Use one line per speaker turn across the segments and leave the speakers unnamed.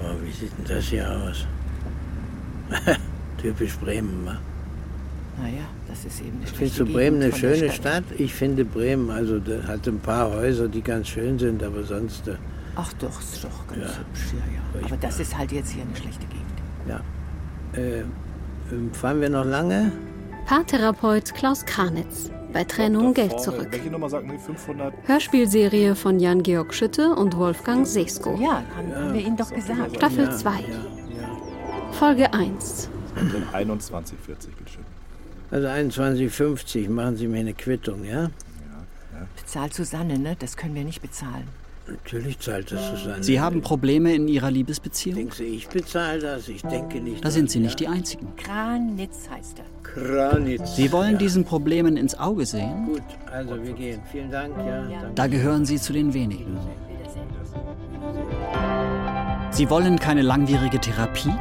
Oh, sieht denn das hier aus? Typisch Bremen, wa?
Naja, das ist eben nicht
Findest du Bremen eine schöne Stadt? Ich finde Bremen, also da hat ein paar Häuser, die ganz schön sind, aber sonst, äh,
Ach doch, ist doch ganz
Ja.
hübsch, ja, ja. Aber das ist halt jetzt hier eine schlechte Gegend.
ja. Äh, ähm, fahren wir noch lange?
Paartherapeut Klaus Kranitz. Bei Trennung Geld
Vorne,
zurück.
Welche Nummer sagten die? 500?
Hörspielserie von Jan-Georg Schütte und Wolfgang Sesko.
Ja, haben, haben wir Ihnen doch gesagt.
Staffel 2. Folge 1.
Dann 21,40 bitte schön.
Also 21,50, machen Sie mir eine Quittung, ja?
Bezahlt Susanne, ne? Das können wir nicht bezahlen.
Natürlich zahlt das Susanne.
Sie haben Probleme in Ihrer Liebesbeziehung?
Denken Sie, ich bezahle das? Ich denke nicht.
Da sind Sie nicht die Einzigen.
Kranitz heißt er.
Kranitz.
Sie wollen
ja.
diesen Problemen ins Auge sehen?
Gut, also wir gehen. Vielen Dank, ja. Danke.
Da gehören Sie zu den wenigen. Sie wollen keine langwierige Therapie?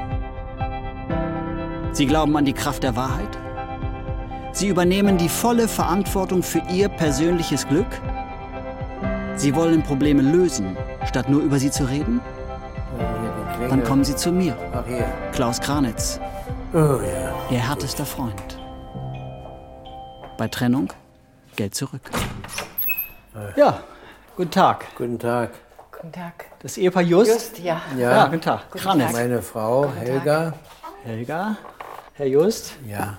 Sie glauben an die Kraft der Wahrheit? Sie übernehmen die volle Verantwortung für Ihr persönliches Glück? Sie wollen Probleme lösen, statt nur über sie zu reden? Dann kommen Sie zu mir,
Ach, hier.
Klaus Kranitz,
Oh ja.
Ihr härtester Freund. Bei Trennung Geld zurück.
Ja, guten Tag.
Guten Tag.
Guten Tag.
Das Ehepaar Just.
Just, ja.
Ja, guten Tag. Kranitz.
Meine Frau Helga.
Helga, Herr Just,
Ja.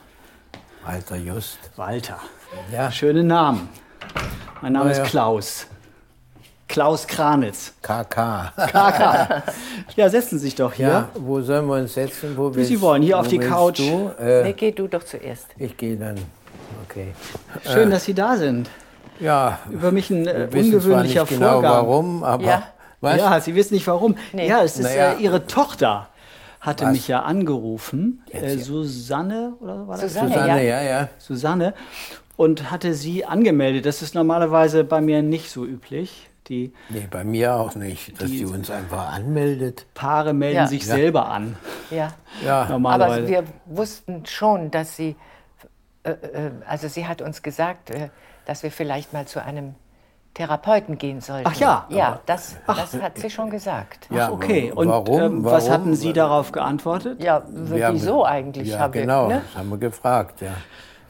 Walter Just.
Walter.
Ja.
Schöne Namen. Mein Name
Ah, ja.
ist Klaus. Klaus Kranitz.
KK.
KK. ja, setzen Sie sich doch hier.
Ja, wo sollen wir uns setzen? Wo willst,
Sie wollen, hier
wo
auf die
willst
Couch.
Du? Äh,
Nee, geh du doch zuerst.
ich gehe dann. Okay.
Schön, dass Sie da sind.
Ja,
Über mich ein äh,
äh, wir wissen zwar
ungewöhnlicher
nicht genau
Vorgang.
warum, aber
Ja.
was?
Ja, Sie wissen nicht warum. Ja, es ist
Naja.
äh, Ihre Tochter hatte mich ja angerufen. Äh,
ja.
Susanne oder war das?
Susanne,
Susanne, ja,
ja.
ja.
Susanne und hatte sie angemeldet. Das ist normalerweise bei mir nicht so üblich. Die
Nee, bei mir auch nicht, dass die uns einfach anmeldet.
Paare melden
Ja.
sich selber an.
Ah.
Ja.
Ja,
Normalerweise.
Aber wir wussten schon, dass sie, äh, äh, also sie hat uns gesagt, äh, dass wir vielleicht mal zu einem Therapeuten gehen sollten.
Ach ja.
Ja, das, das hat sie schon gesagt.
ja
okay,
wa-
und
warum,
ähm, was
warum?
hatten Sie darauf geantwortet?
Ja,
Wir haben-
wieso eigentlich?
Ja,
haben wir,
genau,
ne?
das haben wir gefragt, ja.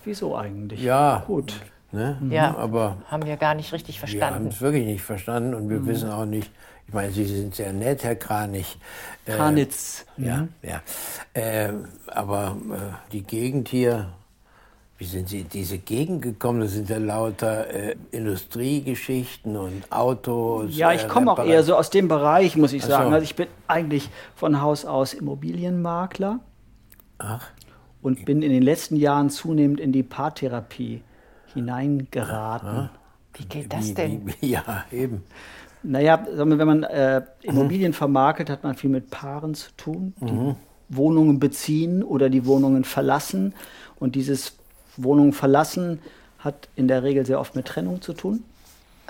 Wieso eigentlich?
Ja.
Gut.
Ne?
Ja,
Aber
haben wir gar nicht richtig
wir haben
verstanden. Mhm.
es wirklich nicht verstanden und wir wissen auch nicht, ich meine, Sie sind sehr nett, Herr Kranich. Äh,
Kranitz.
Mhm.
Ja, ja. Äh, aber äh, die Gegend hier, wie sind Sie in diese Gegend gekommen? Das sind ja lauter äh, Industriegeschichten und Autos.
Ja,
äh,
ich komme auch
Reparat-
eher so aus dem Bereich, muss ich sagen.
so.
Also ich bin eigentlich von Haus aus Immobilienmakler
Ach,
und bin in den letzten Jahren zunehmend in die Paartherapie hineingeraten.
Wie geht das
wie-
denn?
wie- Ja, eben.
Naja, sagen wir, wenn man äh,
Mhm.
Immobilien vermarktet, hat man viel mit Paaren zu tun, die
Mhm.
Wohnungen beziehen oder die Wohnungen verlassen. Und dieses Wohnungen verlassen hat in der Regel sehr oft mit Trennung zu tun.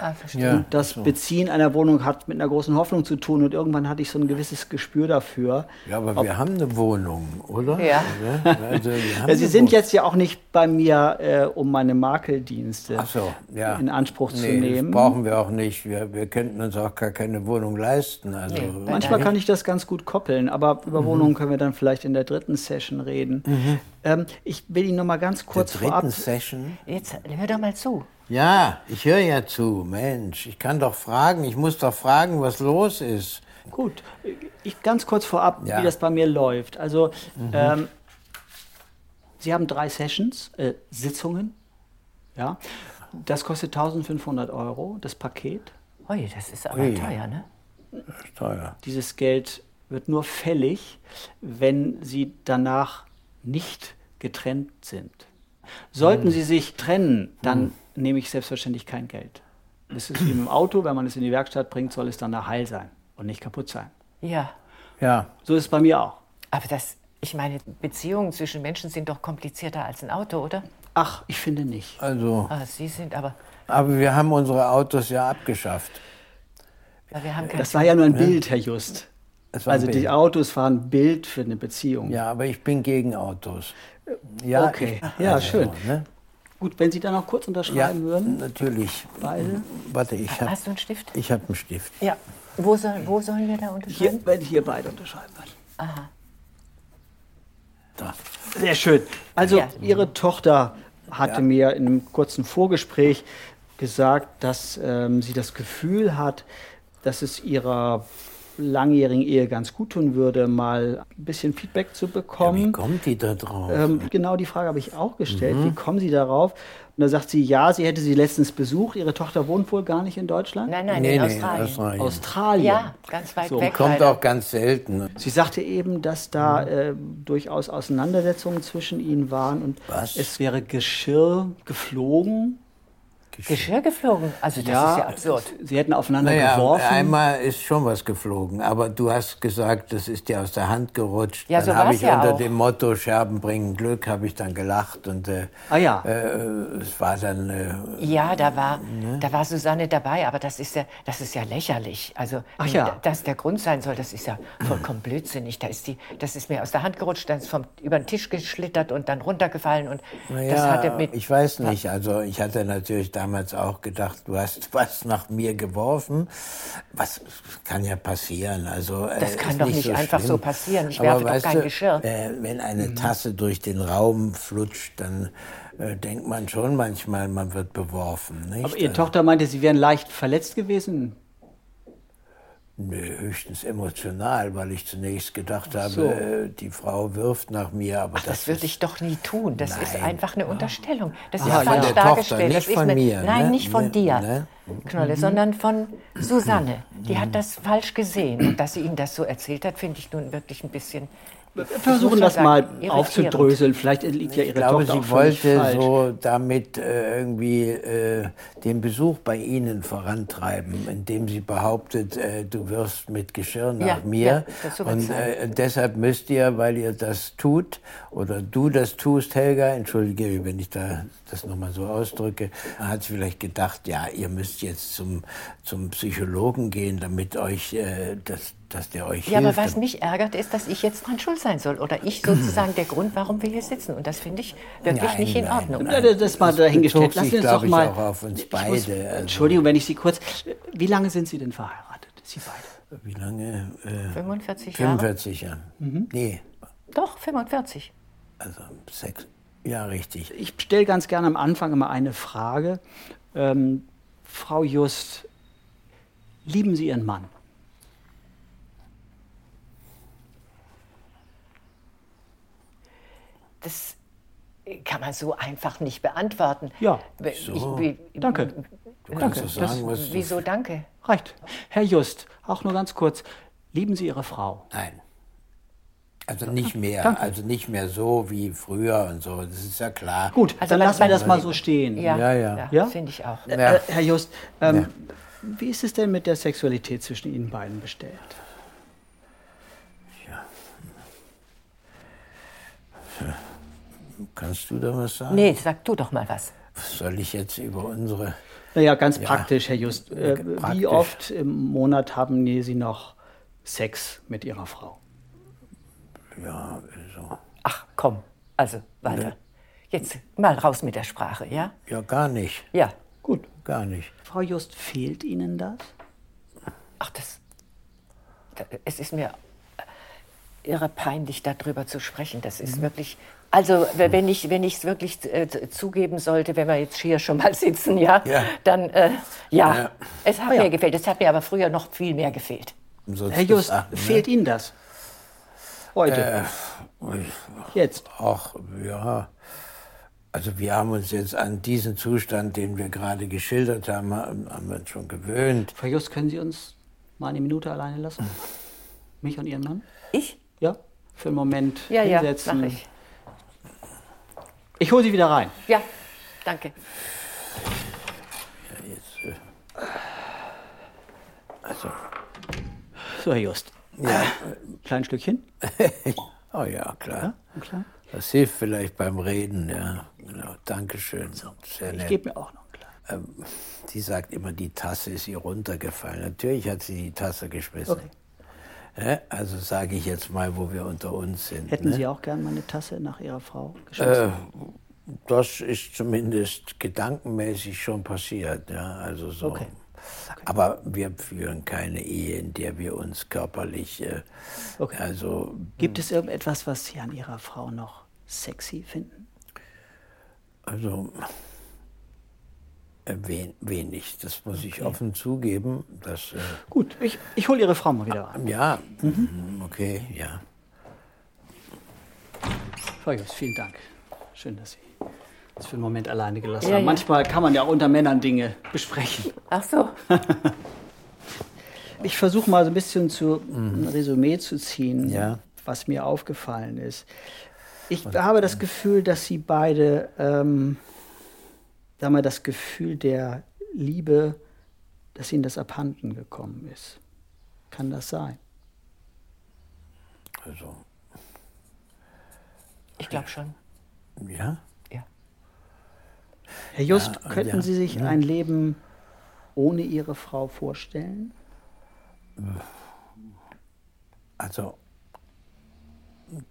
Ah, verstehe.
Ja,
Und das Beziehen einer Wohnung hat mit einer großen Hoffnung zu tun. Und irgendwann hatte ich so ein gewisses Gespür dafür.
ja aber wir haben eine Wohnung, oder?
Ja.
Ne? Also, wir haben
Ja, Sie
eine
sind
Wohnung.
jetzt ja auch nicht bei mir, äh, um meine Makeldienste
Ach so, ja.
in Anspruch zu
Nee,
nehmen.
Das brauchen wir auch nicht. Wir, wir könnten uns auch gar keine Wohnung leisten. Also,
Nee,
Manchmal kann ich das ganz gut koppeln, aber
Mhm.
über Wohnungen können wir dann vielleicht in der dritten Session reden. Ähm, ich will Ihnen noch mal ganz
der
kurz vorab.
dritten Session.
Jetzt hör doch mal zu.
Ja, ich höre ja zu. Mensch, ich kann doch fragen. Ich muss doch fragen, was los ist.
Gut, ich ganz kurz vorab,
Ja. Mhm.
wie das bei mir läuft. Also, ähm, Sie haben drei Sessions, äh, Sitzungen. Ja, das kostet 1500 Euro, das Paket.
Ui, das ist aber
Ui.
teuer, ne?
Das ist teuer.
Dieses Geld wird nur fällig, wenn Sie danach nicht getrennt sind. Sollten Sie sich trennen, dann nehme ich selbstverständlich kein Geld. Das ist wie im Auto, wenn man es in die Werkstatt bringt, soll es danach heil sein und nicht kaputt sein.
Ja.
Ja,
So ist es bei mir auch.
Aber das, ich meine, Beziehungen zwischen Menschen sind doch komplizierter als ein Auto, oder?
Ach, ich finde nicht.
also.
Ah, Sie sind aber,
Aber wir haben unsere Autos ja abgeschafft.
na, wir haben kein
Das war ja nur ein Bild, Herr Just.
Es war
Also
ein
die
Bild.
Autos waren ein Bild für eine Beziehung.
Ja, aber ich bin gegen Autos. Ja,
Okay.
ich-
Ja,
also,
schön.
Ne?
Gut, wenn Sie dann noch kurz unterschreiben würden.
natürlich.
Beide?
Warte, ich habe
Hast du einen Stift?
ich hab einen Stift.
Ja. Wo, soll, wo sollen wir da unterschreiben?
Hier, wenn hier beide unterschreiben würden.
Da.
Sehr schön. Also
Ja.
Ihre Tochter hatte mir in einem kurzen Vorgespräch gesagt, dass ähm, sie das Gefühl hat, dass es ihrer langjährigen Ehe ganz gut tun würde, mal ein bisschen Feedback zu
Wie
bekommen.
kommt die da drauf?
Hm? ähm, genau die Frage habe ich auch gestellt. Wie kommen Sie darauf? Und da sagt sie, ja, sie hätte sie letztens besucht. Ihre Tochter wohnt wohl gar nicht in Deutschland.
Nein, nein, in Australien.
Australien.
Australien.
Ja, ganz weit
So,
weg.
Kommt
leider.
auch ganz selten.
Sie sagte eben, dass da
Mhm.
äh, durchaus Auseinandersetzungen zwischen ihnen waren und
Was?
es wäre Geschirr geflogen.
Geschirr geflogen. Also das ist ja absurd.
Sie hätten aufeinander
Naja, ähm,
geworfen.
einmal ist schon was geflogen, aber du hast gesagt, das ist dir aus der Hand gerutscht.
Ja, so
dann habe
war's
ich
ja
unter
auch.
dem Motto Scherben bringen Glück, habe ich dann gelacht und äh,
ah ja,
äh, es war dann äh,
Ja, da war, da war Susanne dabei, aber das ist ja, das ist ja lächerlich. Also,
Ach
wenn
ja.
da- dass der Grund sein soll, das ist ja vollkommen blödsinnig. Da ist die, das ist mir aus der Hand gerutscht, dann ist vom über den Tisch geschlittert und dann runtergefallen und das
naja,
hatte mit.
ich weiß nicht. Also ich hatte natürlich damals auch gedacht, du hast was nach mir geworfen. Was kann ja passieren? Also äh,
Das kann
ist
doch nicht einfach
schlimm.
so passieren. Ich
Aber
werfe doch
weißt
kein
du,
Geschirr.
Äh, wenn eine Tasse durch den Raum flutscht, dann äh, denkt man schon manchmal, man wird beworfen. Nicht?
aber Ihre Tochter meinte, sie wären leicht verletzt gewesen.
Nö, höchstens emotional, weil ich zunächst gedacht habe, äh, die Frau wirft nach mir, aber das,
Das würde ich doch nie tun. Das ist
Nein.
einfach eine Unterstellung. Das
Ja,
ist
von
falsch
der Tochter,
dargestellt.
nicht
das ist
von
eine,
mir,
Nein,
ne?
nicht von
Ne,
dir,
ne? Mhm.
Knolle, sondern von Susanne. Die hat das falsch gesehen. Und dass sie Ihnen das so erzählt hat, finde ich nun wirklich ein bisschen.
Versuchen das mal
irritierend.
aufzudröseln. Vielleicht liegt ja
Ich
Ihre
glaube,
Tochter auch
sie
völlig
wollte
falsch.
so damit äh, irgendwie äh, den Besuch bei Ihnen vorantreiben, indem sie behauptet, äh, du wirfst mit Geschirr nach
Ja, ja,
mir.
das so wird's
und äh, deshalb müsst ihr, weil ihr das tut, oder du das tust, Helga, entschuldige, wenn ich da das nochmal so ausdrücke, hat sie vielleicht gedacht, ja, ihr müsst jetzt zum, zum Psychologen gehen, damit euch, äh, dass, dass der euch
Ja, aber
hilft.
was mich ärgert, ist, dass ich jetzt dran schuld sein soll. Oder ich sozusagen der Grund, warum wir hier sitzen. Und das finde ich wirklich
Nein,
nicht in
nein,
Ordnung.
Na, das mal
Das
dahingestellt.
bezog sich,
Lassen Sie uns
glaub
doch
ich,
mal.
auch auf uns
Ich muss,
beide, also-
Entschuldigung, wenn ich Sie kurz. Wie lange sind Sie denn verheiratet? Sie beide.
Wie lange? Äh,
45 Jahre?
45 Jahre. Nee,
Doch, 45.
also sechs. Ja, richtig.
Ich stelle ganz gerne am Anfang immer eine Frage. Ähm, Frau Just, lieben Sie Ihren Mann?
Das kann man so einfach nicht beantworten.
Ja.
Ich-
So.
ich-
Danke.
Du kannst
Danke,
doch sagen, was du-
Wieso danke?
Reicht. Herr Just, auch nur ganz kurz. Lieben Sie Ihre Frau?
Nein. Also nicht mehr. Also nicht mehr so wie früher und so. Das ist ja klar.
Gut,
Also
dann
man-
lassen wir
man-
das mal so stehen.
Ja,
Ja, ja.
Ja?
finde ich auch.
Ja.
Äh, Herr Just, ähm, wie ist es denn mit der Sexualität zwischen Ihnen beiden bestellt?
Kannst du da was sagen?
Nee, sag du doch mal was.
Was soll ich jetzt über unsere.
Naja, ganz praktisch, Herr Just. Äh,
praktisch.
Wie oft im Monat haben Sie noch Sex mit Ihrer Frau?
Ja, so.
Ach, komm. Also, Walter. Jetzt mal raus mit der Sprache, ja?
Ja, gar nicht.
Ja.
Gut.
Gar nicht.
Frau Just, fehlt Ihnen das?
Ach, das. da- Es ist mir irre peinlich, darüber zu sprechen. Das
Mhm.
ist wirklich. Also, w- wenn ich es wirklich äh, z- zugeben sollte, wenn wir jetzt hier schon mal sitzen, ja,
Ja.
dann, äh, ja,
Ja.
es hat
ja.
mir gefehlt. Es hat mir aber früher noch viel mehr gefehlt.
Umsonst
Herr Just,
gesagt, ne? Äh,
fehlt Ihnen das? Heute, jetzt.
Ach, ja. Also wir haben uns jetzt an diesen Zustand, den wir gerade geschildert haben, haben haben wir uns schon gewöhnt.
Frau Just, können Sie uns mal eine Minute alleine lassen? Mich und Ihren Mann?
Ich?
Ja? Für einen Moment
Ja, ja,
hinsetzen.
mach ich.
Ich hole Sie wieder rein.
Ja, danke.
Also,
So, Herr Just. Klein Stückchen.
oh ja, klar.
Ein klein.
Das hilft vielleicht beim Reden, ja. Genau, Dankeschön. Sehr
Ich
nett.
gebe mir auch noch ein klein.
Sie sagt immer, die Tasse ist ihr runtergefallen. Natürlich hat sie die Tasse geschmissen. Ja, also sage ich jetzt mal, wo wir unter uns sind.
Hätten
ne?
Sie auch gern mal eine Tasse nach Ihrer Frau geschmissen?
äh, Das ist zumindest gedankenmäßig schon passiert. Ja? Also so.
Okay.
Aber wir führen keine Ehe, in der wir uns körperlich, äh,
Okay.
also
Gibt es irgendetwas, was Sie an Ihrer Frau noch sexy finden?
Also äh, wen, wenig, das muss ich offen zugeben. Dass, äh,
Gut, ich, ich hole Ihre Frau mal wieder rein.
ja, mhm, okay, ja.
Frau Jobs, vielen Dank. Schön, dass Sie uns für einen Moment alleine gelassen
Ja,
haben.
ja.
Manchmal kann man ja auch unter Männern Dinge besprechen.
Ach so.
Ich versuche mal so ein bisschen zu ein Resümee zu ziehen,
Mhm. Ja.
was mir aufgefallen ist. Ich habe das Gefühl, dass sie beide, ähm, sagen wir, das Gefühl der Liebe, dass ihnen das abhanden gekommen ist. Kann das sein?
Also,
Ich glaube schon.
ja.
Ja.
Herr Just, könnten
ja,
Sie sich ein Leben ohne Ihre Frau vorstellen?
Also,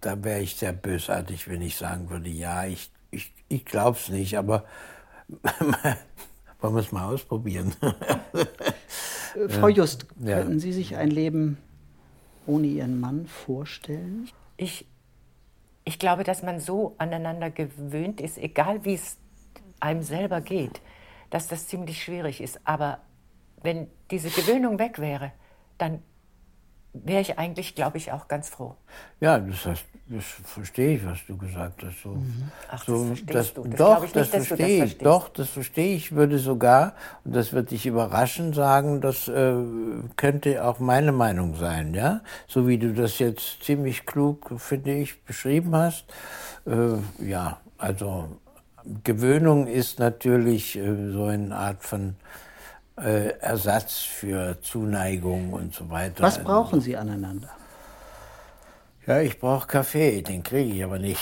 da wäre ich sehr bösartig, wenn ich sagen würde, ja, ich, ich, ich glaube es nicht, aber wollen wir es mal ausprobieren.
Äh, Frau Just,
Ja.
könnten Sie sich ein Leben ohne Ihren Mann vorstellen?
Ich, ich glaube, dass man so aneinander gewöhnt ist, egal wie es einem selber geht, dass das ziemlich schwierig ist. Aber wenn diese Gewöhnung weg wäre, dann wäre ich eigentlich, glaube ich, auch ganz froh.
Ja, das, hast, das verstehe ich, was du gesagt hast. So,
Mhm. Ach, das
so,
verstehst du. Das
doch,
glaub ich nicht,
das
dass du das
verstehe ich.
verstehst.
Doch, das verstehe ich. Würde sogar, und das wird dich überraschen, sagen, das äh, könnte auch meine Meinung sein, ja. So wie du das jetzt ziemlich klug, finde ich, beschrieben hast. Äh, ja, also Gewöhnung ist natürlich äh, so eine Art von äh, Ersatz für Zuneigung und so weiter.
Was
Also,
brauchen Sie aneinander?
Ja, ich brauche Kaffee, den kriege ich aber nicht.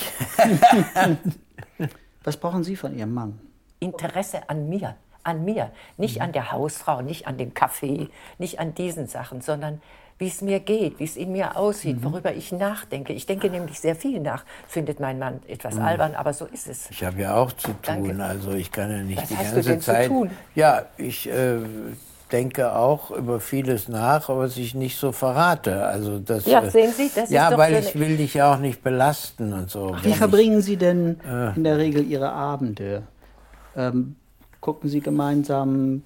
Was brauchen Sie von Ihrem Mann?
Interesse an mir, an mir, nicht an der Hausfrau, nicht an dem Kaffee, nicht an diesen Sachen, sondern wie es mir geht, wie es in mir aussieht, worüber ich nachdenke. Ich denke nämlich sehr viel nach, findet mein Mann etwas albern, aber so ist es.
Ich habe ja auch zu tun,
Danke.
also ich kann ja nicht
Was
die
hast du
ganze
denn zu
Zeit.
tun?
Ja, ich äh, denke auch über vieles nach, aber dass ich nicht so verrate. Also das.
Ja,
äh,
sehen Sie, das
ja,
ist doch
weil
so
ich
eine-
will dich ja auch nicht belasten und so. Wenn
Wie
ich-
verbringen Sie denn in der Regel Ihre Abende? Ähm, gucken Sie gemeinsam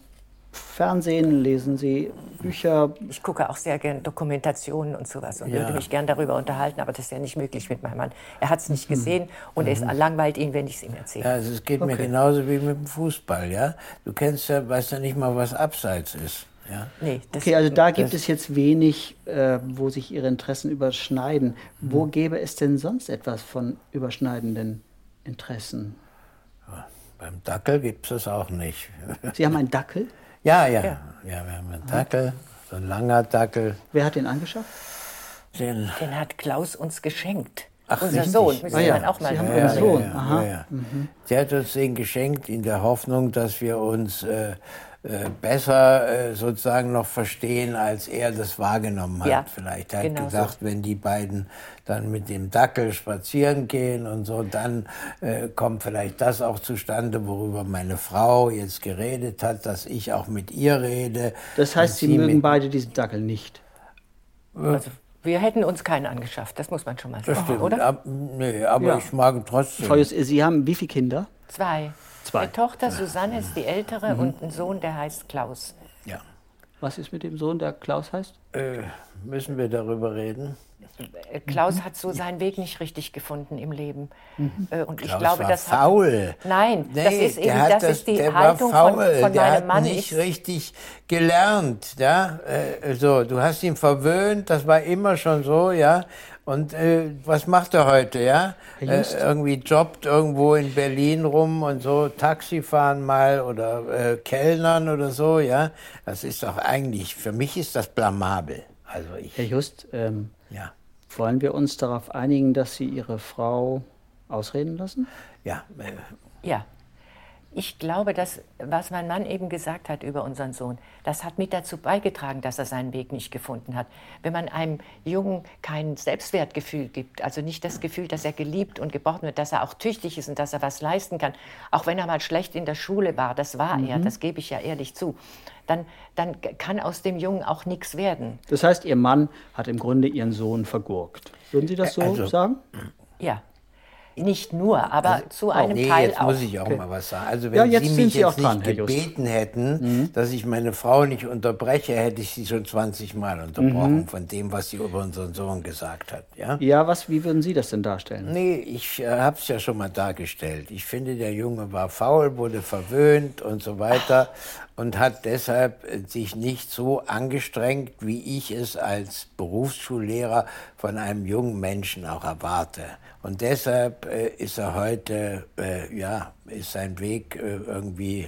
Fernsehen, lesen Sie Bücher?
Ich gucke auch sehr gern Dokumentationen und sowas und
Ja.
würde mich gern darüber unterhalten, aber das ist ja nicht möglich mit meinem Mann. Er hat es nicht gesehen und es langweilt ihn, wenn ich es ihm erzähle.
Hm. Mhm. Ja, also es geht mir genauso wie mit dem Fußball, ja. Du kennst ja, weißt ja nicht mal, was abseits ist. Ja.
Nee, das,
Okay, also da gibt es jetzt wenig, äh, wo sich Ihre Interessen überschneiden. Wo gäbe es denn sonst etwas von überschneidenden Interessen?
Beim Dackel gibt's das auch nicht.
Sie haben einen Dackel.
ja, ja, ja. wir haben einen Dackel, so ein langer Dackel.
Wer hat den angeschafft?
Den
den hat Klaus uns geschenkt.
Ach,
Unser
richtig.
Sohn, müsste
Ah, ja.
man auch mal
Sie haben
drüber
einen
reden.
Sohn.
Ja,
Aha.
Ja, ja.
Mhm.
Der hat uns den geschenkt in der Hoffnung, dass wir uns äh, äh, besser äh, sozusagen noch verstehen, als er das wahrgenommen hat.
Ja,
Vielleicht Er hat
genau so.
gesagt, wenn die beiden dann mit dem Dackel spazieren gehen und so, dann äh, kommt vielleicht das auch zustande, worüber meine Frau jetzt geredet hat, dass ich auch mit ihr rede.
Das heißt, Sie,
Und
mögen
mit-
beide diesen Dackel nicht.
Also, wir hätten uns keinen angeschafft, das muss man schon mal
Das
sagen,
stimmt,
oder?
ab, nee, aber
Ja.
ich mag ihn trotzdem.
Frau Jus, Sie haben wie viele Kinder?
Zwei.
Zwei.
Eine Tochter Susanne ist die ältere
Mhm.
und ein Sohn, der heißt Klaus.
ja.
Was ist mit dem Sohn, der Klaus heißt?
äh, müssen wir darüber reden?
Äh,
Mhm.
Klaus hat so seinen Weg nicht richtig gefunden im Leben. Äh, Und ich
Klaus
glaube,
war
das hat-
faul.
Nein,
Nee,
das ist
der
eben
hat
das, ist die
der
Haltung
war
von,
faul.
von
der hat
meinem Mann.
nicht
Ich,
richtig gelernt, ja. Äh, so, du hast ihn verwöhnt, das war immer schon so, ja. Und äh, was macht er heute, ja? Äh, irgendwie jobbt irgendwo in Berlin rum und so Taxifahren mal oder äh, Kellnern oder so, ja. Das ist doch eigentlich für mich ist das blamabel. Also
Herr
ich,
Just, ähm,
ja,
Wollen wir uns darauf einigen, dass Sie Ihre Frau ausreden lassen?
ja. Äh,
ja, Ich glaube, dass, was mein Mann eben gesagt hat über unseren Sohn, das hat mit dazu beigetragen, dass er seinen Weg nicht gefunden hat. Wenn man einem Jungen kein Selbstwertgefühl gibt, also nicht das Gefühl, dass er geliebt und gebraucht wird, dass er auch tüchtig ist und dass er was leisten kann, auch wenn er mal schlecht in der Schule war, das war er,
Mhm.
das gebe ich ja ehrlich zu, dann, dann kann aus dem Jungen auch nichts werden.
Das heißt, Ihr Mann hat im Grunde Ihren Sohn vergurkt. Würden Sie das so
Also-
sagen?
Ja. Nicht nur, aber zu einem
Oh, nee,
Teil
jetzt
auch.
muss ich auch mal was sagen. Also wenn
Ja, jetzt
Sie
sind
mich
Sie auch
jetzt
dran,
nicht
Herr Just. Mhm.
gebeten hätten, dass ich meine Frau nicht unterbreche, hätte ich sie schon 20
Mhm.
Mal unterbrochen von dem, was sie über unseren Sohn gesagt hat. Ja?
Ja, was, wie würden Sie das denn darstellen?
Nee, ich äh, habe es ja schon mal dargestellt. Ich finde, der Junge war faul, wurde verwöhnt und so weiter und hat deshalb äh, sich nicht so angestrengt, wie ich es als Berufsschullehrer von einem jungen Menschen auch erwarte. Und deshalb äh, ist er heute, äh, ja, ist sein Weg äh, irgendwie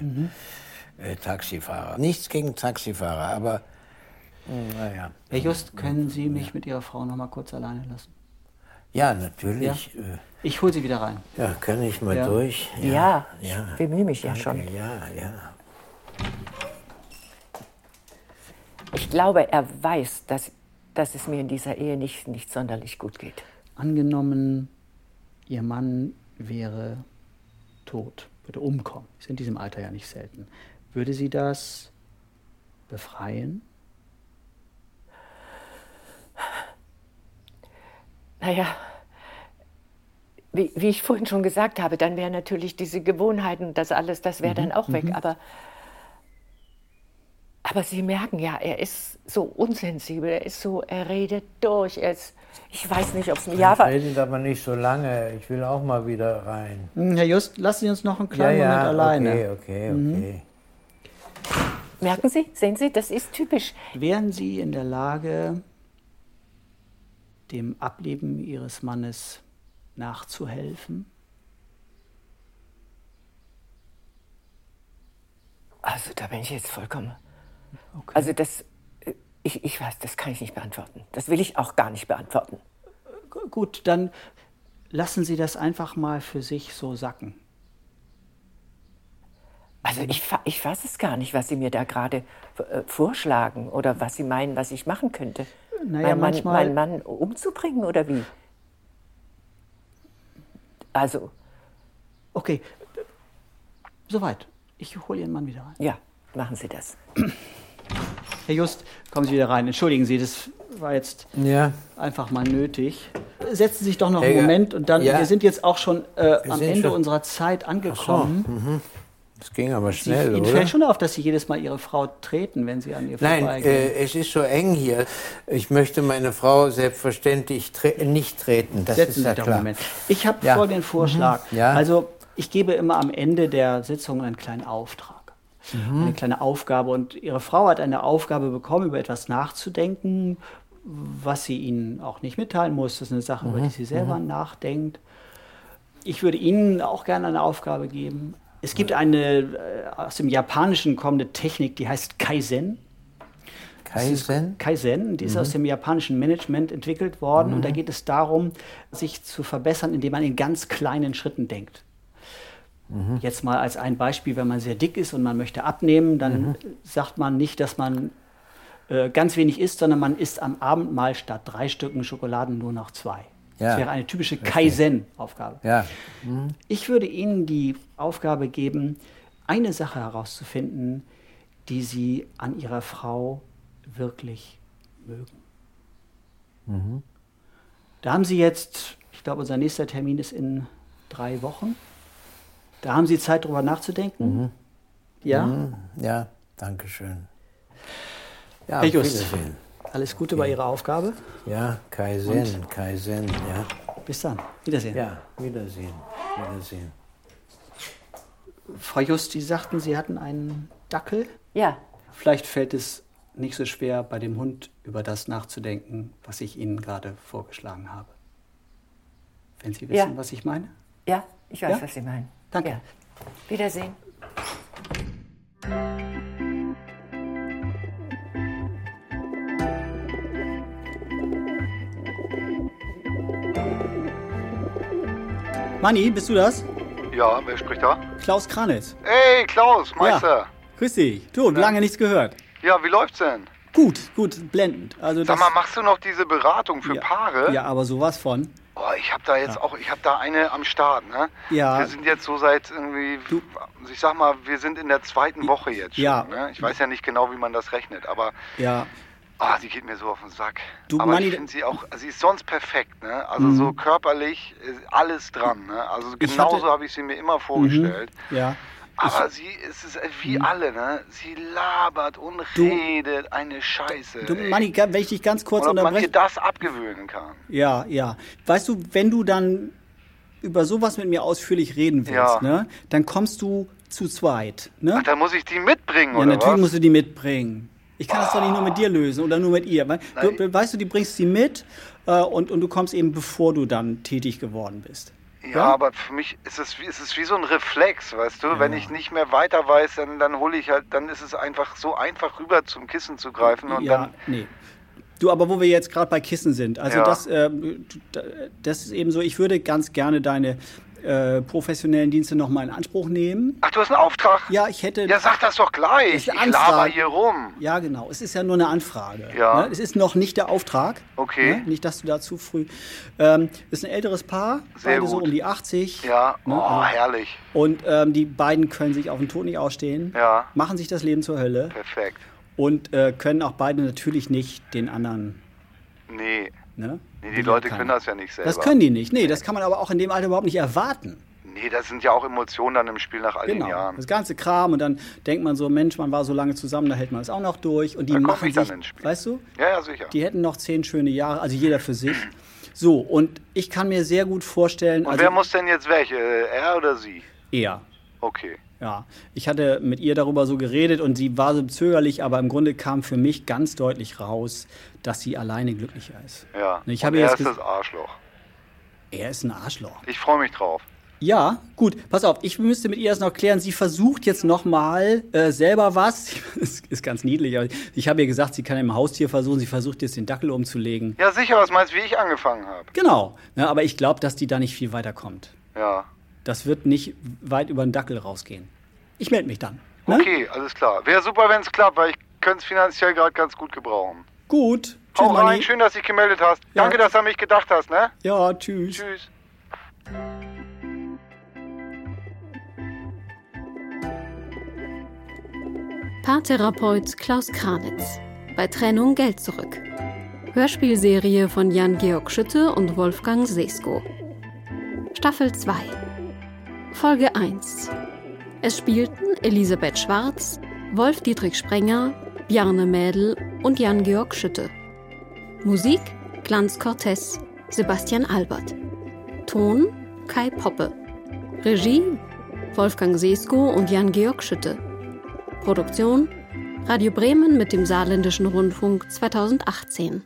äh, Taxifahrer. Nichts gegen Taxifahrer, aber naja.
Herr Just, können Sie mich mit Ihrer Frau noch mal kurz alleine lassen?
Ja, natürlich. äh,
Ich hole Sie wieder rein.
Ja, ja kann ich mal
Ja.
durch.
Ja,
ja.
ich bemühe mich ja schon.
Ja, ja.
Ich glaube, er weiß, dass, dass es mir in dieser Ehe nicht, nicht sonderlich gut geht.
Angenommen, Ihr Mann wäre tot, würde umkommen. Ist in diesem Alter ja nicht selten. Würde Sie das befreien?
Naja, wie, wie ich vorhin schon gesagt habe, dann wären natürlich diese Gewohnheiten und das alles, das wäre dann auch weg. Aber, aber Sie merken ja, er ist so unsensibel, er ist so, er redet durch, er ist, ich weiß nicht, ob es mir, ja, aber
Redet aber nicht so lange. Ich will auch mal wieder rein.
Hm, Herr Just, lassen Sie uns noch einen kleinen Moment alleine. Mhm.
Okay, okay, okay.
merken Sie, sehen Sie, das ist typisch.
Wären Sie in der Lage, dem Ableben Ihres Mannes nachzuhelfen?
Also da bin ich jetzt vollkommen. Also das, äh, ich, ich weiß, das kann ich nicht beantworten. Das will ich auch gar nicht beantworten.
G- Gut, dann lassen Sie das einfach mal für sich so sacken.
Also ich, fa- ich weiß es gar nicht, was Sie mir da gerade äh, vorschlagen oder was Sie meinen, was ich machen könnte.
Naja,
mein, Mann,
manchmal-
mein Mann umzubringen oder wie? Also,
Okay, soweit. Ich hole Ihren Mann wieder rein.
ja, machen Sie das.
Herr Just, kommen Sie wieder rein. Entschuldigen Sie, das war jetzt
Ja,
einfach mal nötig. Setzen Sie sich doch noch einen
Helga,
Moment und dann,
äh, ja.
wir sind jetzt auch schon äh, am
sind
Ende
schon-
unserer Zeit angekommen.
das ging aber
Sie,
schnell,
Ihnen
oder?
fällt schon auf, dass Sie jedes Mal Ihre Frau treten, wenn Sie an ihr
Nein,
vorbeigehen.
äh, es ist so eng hier. Ich möchte meine Frau selbstverständlich tre nicht treten. Das
Setzen
ist
Sie
ja
doch
klar.
einen Moment. Ich habe
Ja. Mhm.
folgenden Vorschlag.
Ja.
Also ich gebe immer am Ende der Sitzung einen kleinen Auftrag,
Mhm.
eine kleine Aufgabe. Und Ihre Frau hat eine Aufgabe bekommen, über etwas nachzudenken, was sie Ihnen auch nicht mitteilen muss. Das ist eine Sache,
Mhm.
über die sie selber nachdenkt. Ich würde Ihnen auch gerne eine Aufgabe geben. Es gibt eine äh, aus dem Japanischen kommende Technik, die heißt Kaizen.
Kaizen? Mhm.
Kaizen, die ist aus dem japanischen Management entwickelt worden und da geht es darum, sich zu verbessern, indem man in ganz kleinen Schritten denkt.
Mhm.
Jetzt mal als ein Beispiel, wenn man sehr dick ist und man möchte abnehmen, dann
Mhm.
sagt man nicht, dass man äh, ganz wenig isst, sondern man isst am Abend mal statt drei Stücken Schokoladen nur noch zwei. Das
Ja.
wäre eine typische Kaizen-Aufgabe.
Ja.
Ich würde Ihnen die Aufgabe geben, eine Sache herauszufinden, die Sie an Ihrer Frau wirklich mögen. Da haben Sie jetzt, ich glaube, unser nächster Termin ist in drei Wochen. Da haben Sie Zeit, darüber nachzudenken. Ja?
Ja, danke schön. Ja,
Herr Just.
auf Wiedersehen.
Alles Gute bei Ihrer Aufgabe.
Ja, Kaizen, Kaizen, ja.
Bis dann. Wiedersehen.
Ja, Wiedersehen, Wiedersehen.
Frau Just, Sie sagten, Sie hatten einen Dackel.
Ja,
Vielleicht fällt es nicht so schwer, bei dem Hund über das nachzudenken, was ich Ihnen gerade vorgeschlagen habe. Wenn Sie wissen,
Ja.
was ich meine?
ja, ich weiß,
Ja?
was Sie meinen.
Danke.
Ja. Wiedersehen.
Manni, bist du das?
Ja, wer spricht da?
Klaus Kranitz.
Hey, Klaus, Meister.
Grüß dich. Du, lange nichts gehört.
Ja, wie läuft's denn?
Gut, gut, blendend. Also
Sag
das,
mal, machst du noch diese Beratung für
ja,
Paare?
Ja, aber sowas von.
Oh, ich habe da jetzt auch, ich habe da eine am Start, ne?
Ja.
Wir sind jetzt so seit irgendwie, also ich sag mal, wir sind in der zweiten Woche jetzt schon,
Ja.
ne? Ich weiß ja nicht genau, wie man das rechnet, aber
Ja,
ah, sie geht mir so auf den Sack.
Du,
aber
Manni, Mhm.
ich finde sie auch, sie ist sonst perfekt, ne? Also so körperlich ist alles dran, ne? Also genauso habe ich sie mir immer vorgestellt.
ja.
Aber sie es ist äh, wie
Hm.
alle, ne? Sie labert und redet eine Scheiße.
Du,
ey.
Manni, wenn ich dich ganz kurz
und ob man
unterbreche.
ihr das abgewöhnen kann.
Ja, ja. Weißt du, wenn du dann über sowas mit mir ausführlich reden willst,
Ja.
ne, dann kommst du zu zweit. Ne?
Ach, dann muss ich die mitbringen,
ja,
oder
natürlich
was?
musst du die mitbringen. Ich kann das doch nicht nur mit dir lösen oder nur mit ihr. We- Du, weißt du, die bringst sie mit äh, und, und du kommst eben, bevor du dann tätig geworden bist.
ja, aber für mich ist es, wie, ist es wie so ein Reflex, weißt du? Wenn ich nicht mehr weiter weiß, dann, dann hole ich halt, dann ist es einfach so einfach rüber zum Kissen zu greifen und
ja,
dann.
nee. Du, aber wo wir jetzt gerade bei Kissen sind, also
Ja.
das, ähm, d- das ist eben so, ich würde ganz gerne deine äh, professionellen Dienste nochmal in Anspruch nehmen.
Ach, du hast einen Auftrag?
Ja, ich hätte.
Ja, sag das doch gleich.
Ist
Ich
eine
laber
Anfrage.
hier rum.
Ja, genau. Es ist ja nur eine Anfrage.
Ja.
Ne? Es ist noch nicht der Auftrag.
Okay.
Ne? Nicht, dass du da zu früh. Ähm, ist ein älteres Paar,
Sehr
beide so
gut.
um die 80.
Ja,
Ne?
oh,
Also-
herrlich.
Und ähm, die beiden können sich auf den Tod nicht ausstehen,
Ja.
machen sich das Leben zur Hölle
Perfekt.
und äh, können auch beide natürlich nicht den anderen.
Nee.
Ne?
Nee, die Leute können das ja nicht selber.
Das können die nicht. Nee, das kann man aber auch in dem Alter überhaupt nicht erwarten.
Nee, das sind ja auch Emotionen dann im Spiel nach all den
Genau.
Jahren.
Das ganze Kram und dann denkt man so, Mensch, man war so lange zusammen, da hält man es auch noch durch und die
Da komm
machen
ich dann
sich,
ins Spiel.
weißt du,
Ja, ja, sicher.
Die hätten noch zehn schöne Jahre, also jeder für sich. So, und ich kann mir sehr gut vorstellen,
Und
also
wer muss denn jetzt welche? Er oder sie?
er.
Okay.
Ja, ich hatte mit ihr darüber so geredet und sie war so zögerlich, aber im Grunde kam für mich ganz deutlich raus, dass sie alleine glücklicher ist.
Ja.
Ich
Und
habe ihr
er
jetzt
ist das
gesagt,
Arschloch.
er ist ein Arschloch.
Ich freue mich drauf.
Ja, gut, pass auf, ich müsste mit ihr das noch klären. Sie versucht jetzt nochmal äh, selber was. ist, ist ganz niedlich, aber ich habe ihr gesagt, sie kann im Haustier versuchen, sie versucht jetzt den Dackel umzulegen.
Ja, sicher, was meinst du, wie ich angefangen habe?
Genau, ne, aber ich glaube, dass die da nicht viel weiterkommt.
Ja.
Das wird nicht weit über den Dackel rausgehen. Ich melde mich dann. Ne?
Okay, alles klar. Wäre super, wenn es klappt, weil ich könnte es finanziell gerade ganz gut gebrauchen.
Gut. Tschüss,
Hau rein,
Manni.
schön, dass du dich gemeldet hast.
Ja.
Danke, dass du an mich gedacht hast, ne?
Ja, tschüss.
Tschüss.
Paartherapeut Klaus Kranitz. Bei Trennung Geld zurück. Hörspielserie von Jan-Georg Schütte und Wolfgang Sesko. Staffel 2. Folge 1. Es spielten Elisabeth Schwarz, Wolf-Dietrich Sprenger, Bjarne Mädel und Jan-Georg Schütte. Musik Glanz Cortez, Sebastian Albert. Ton Kai Poppe. Regie Wolfgang Sesko und Jan-Georg Schütte. Produktion Radio Bremen mit dem Saarländischen Rundfunk 2018.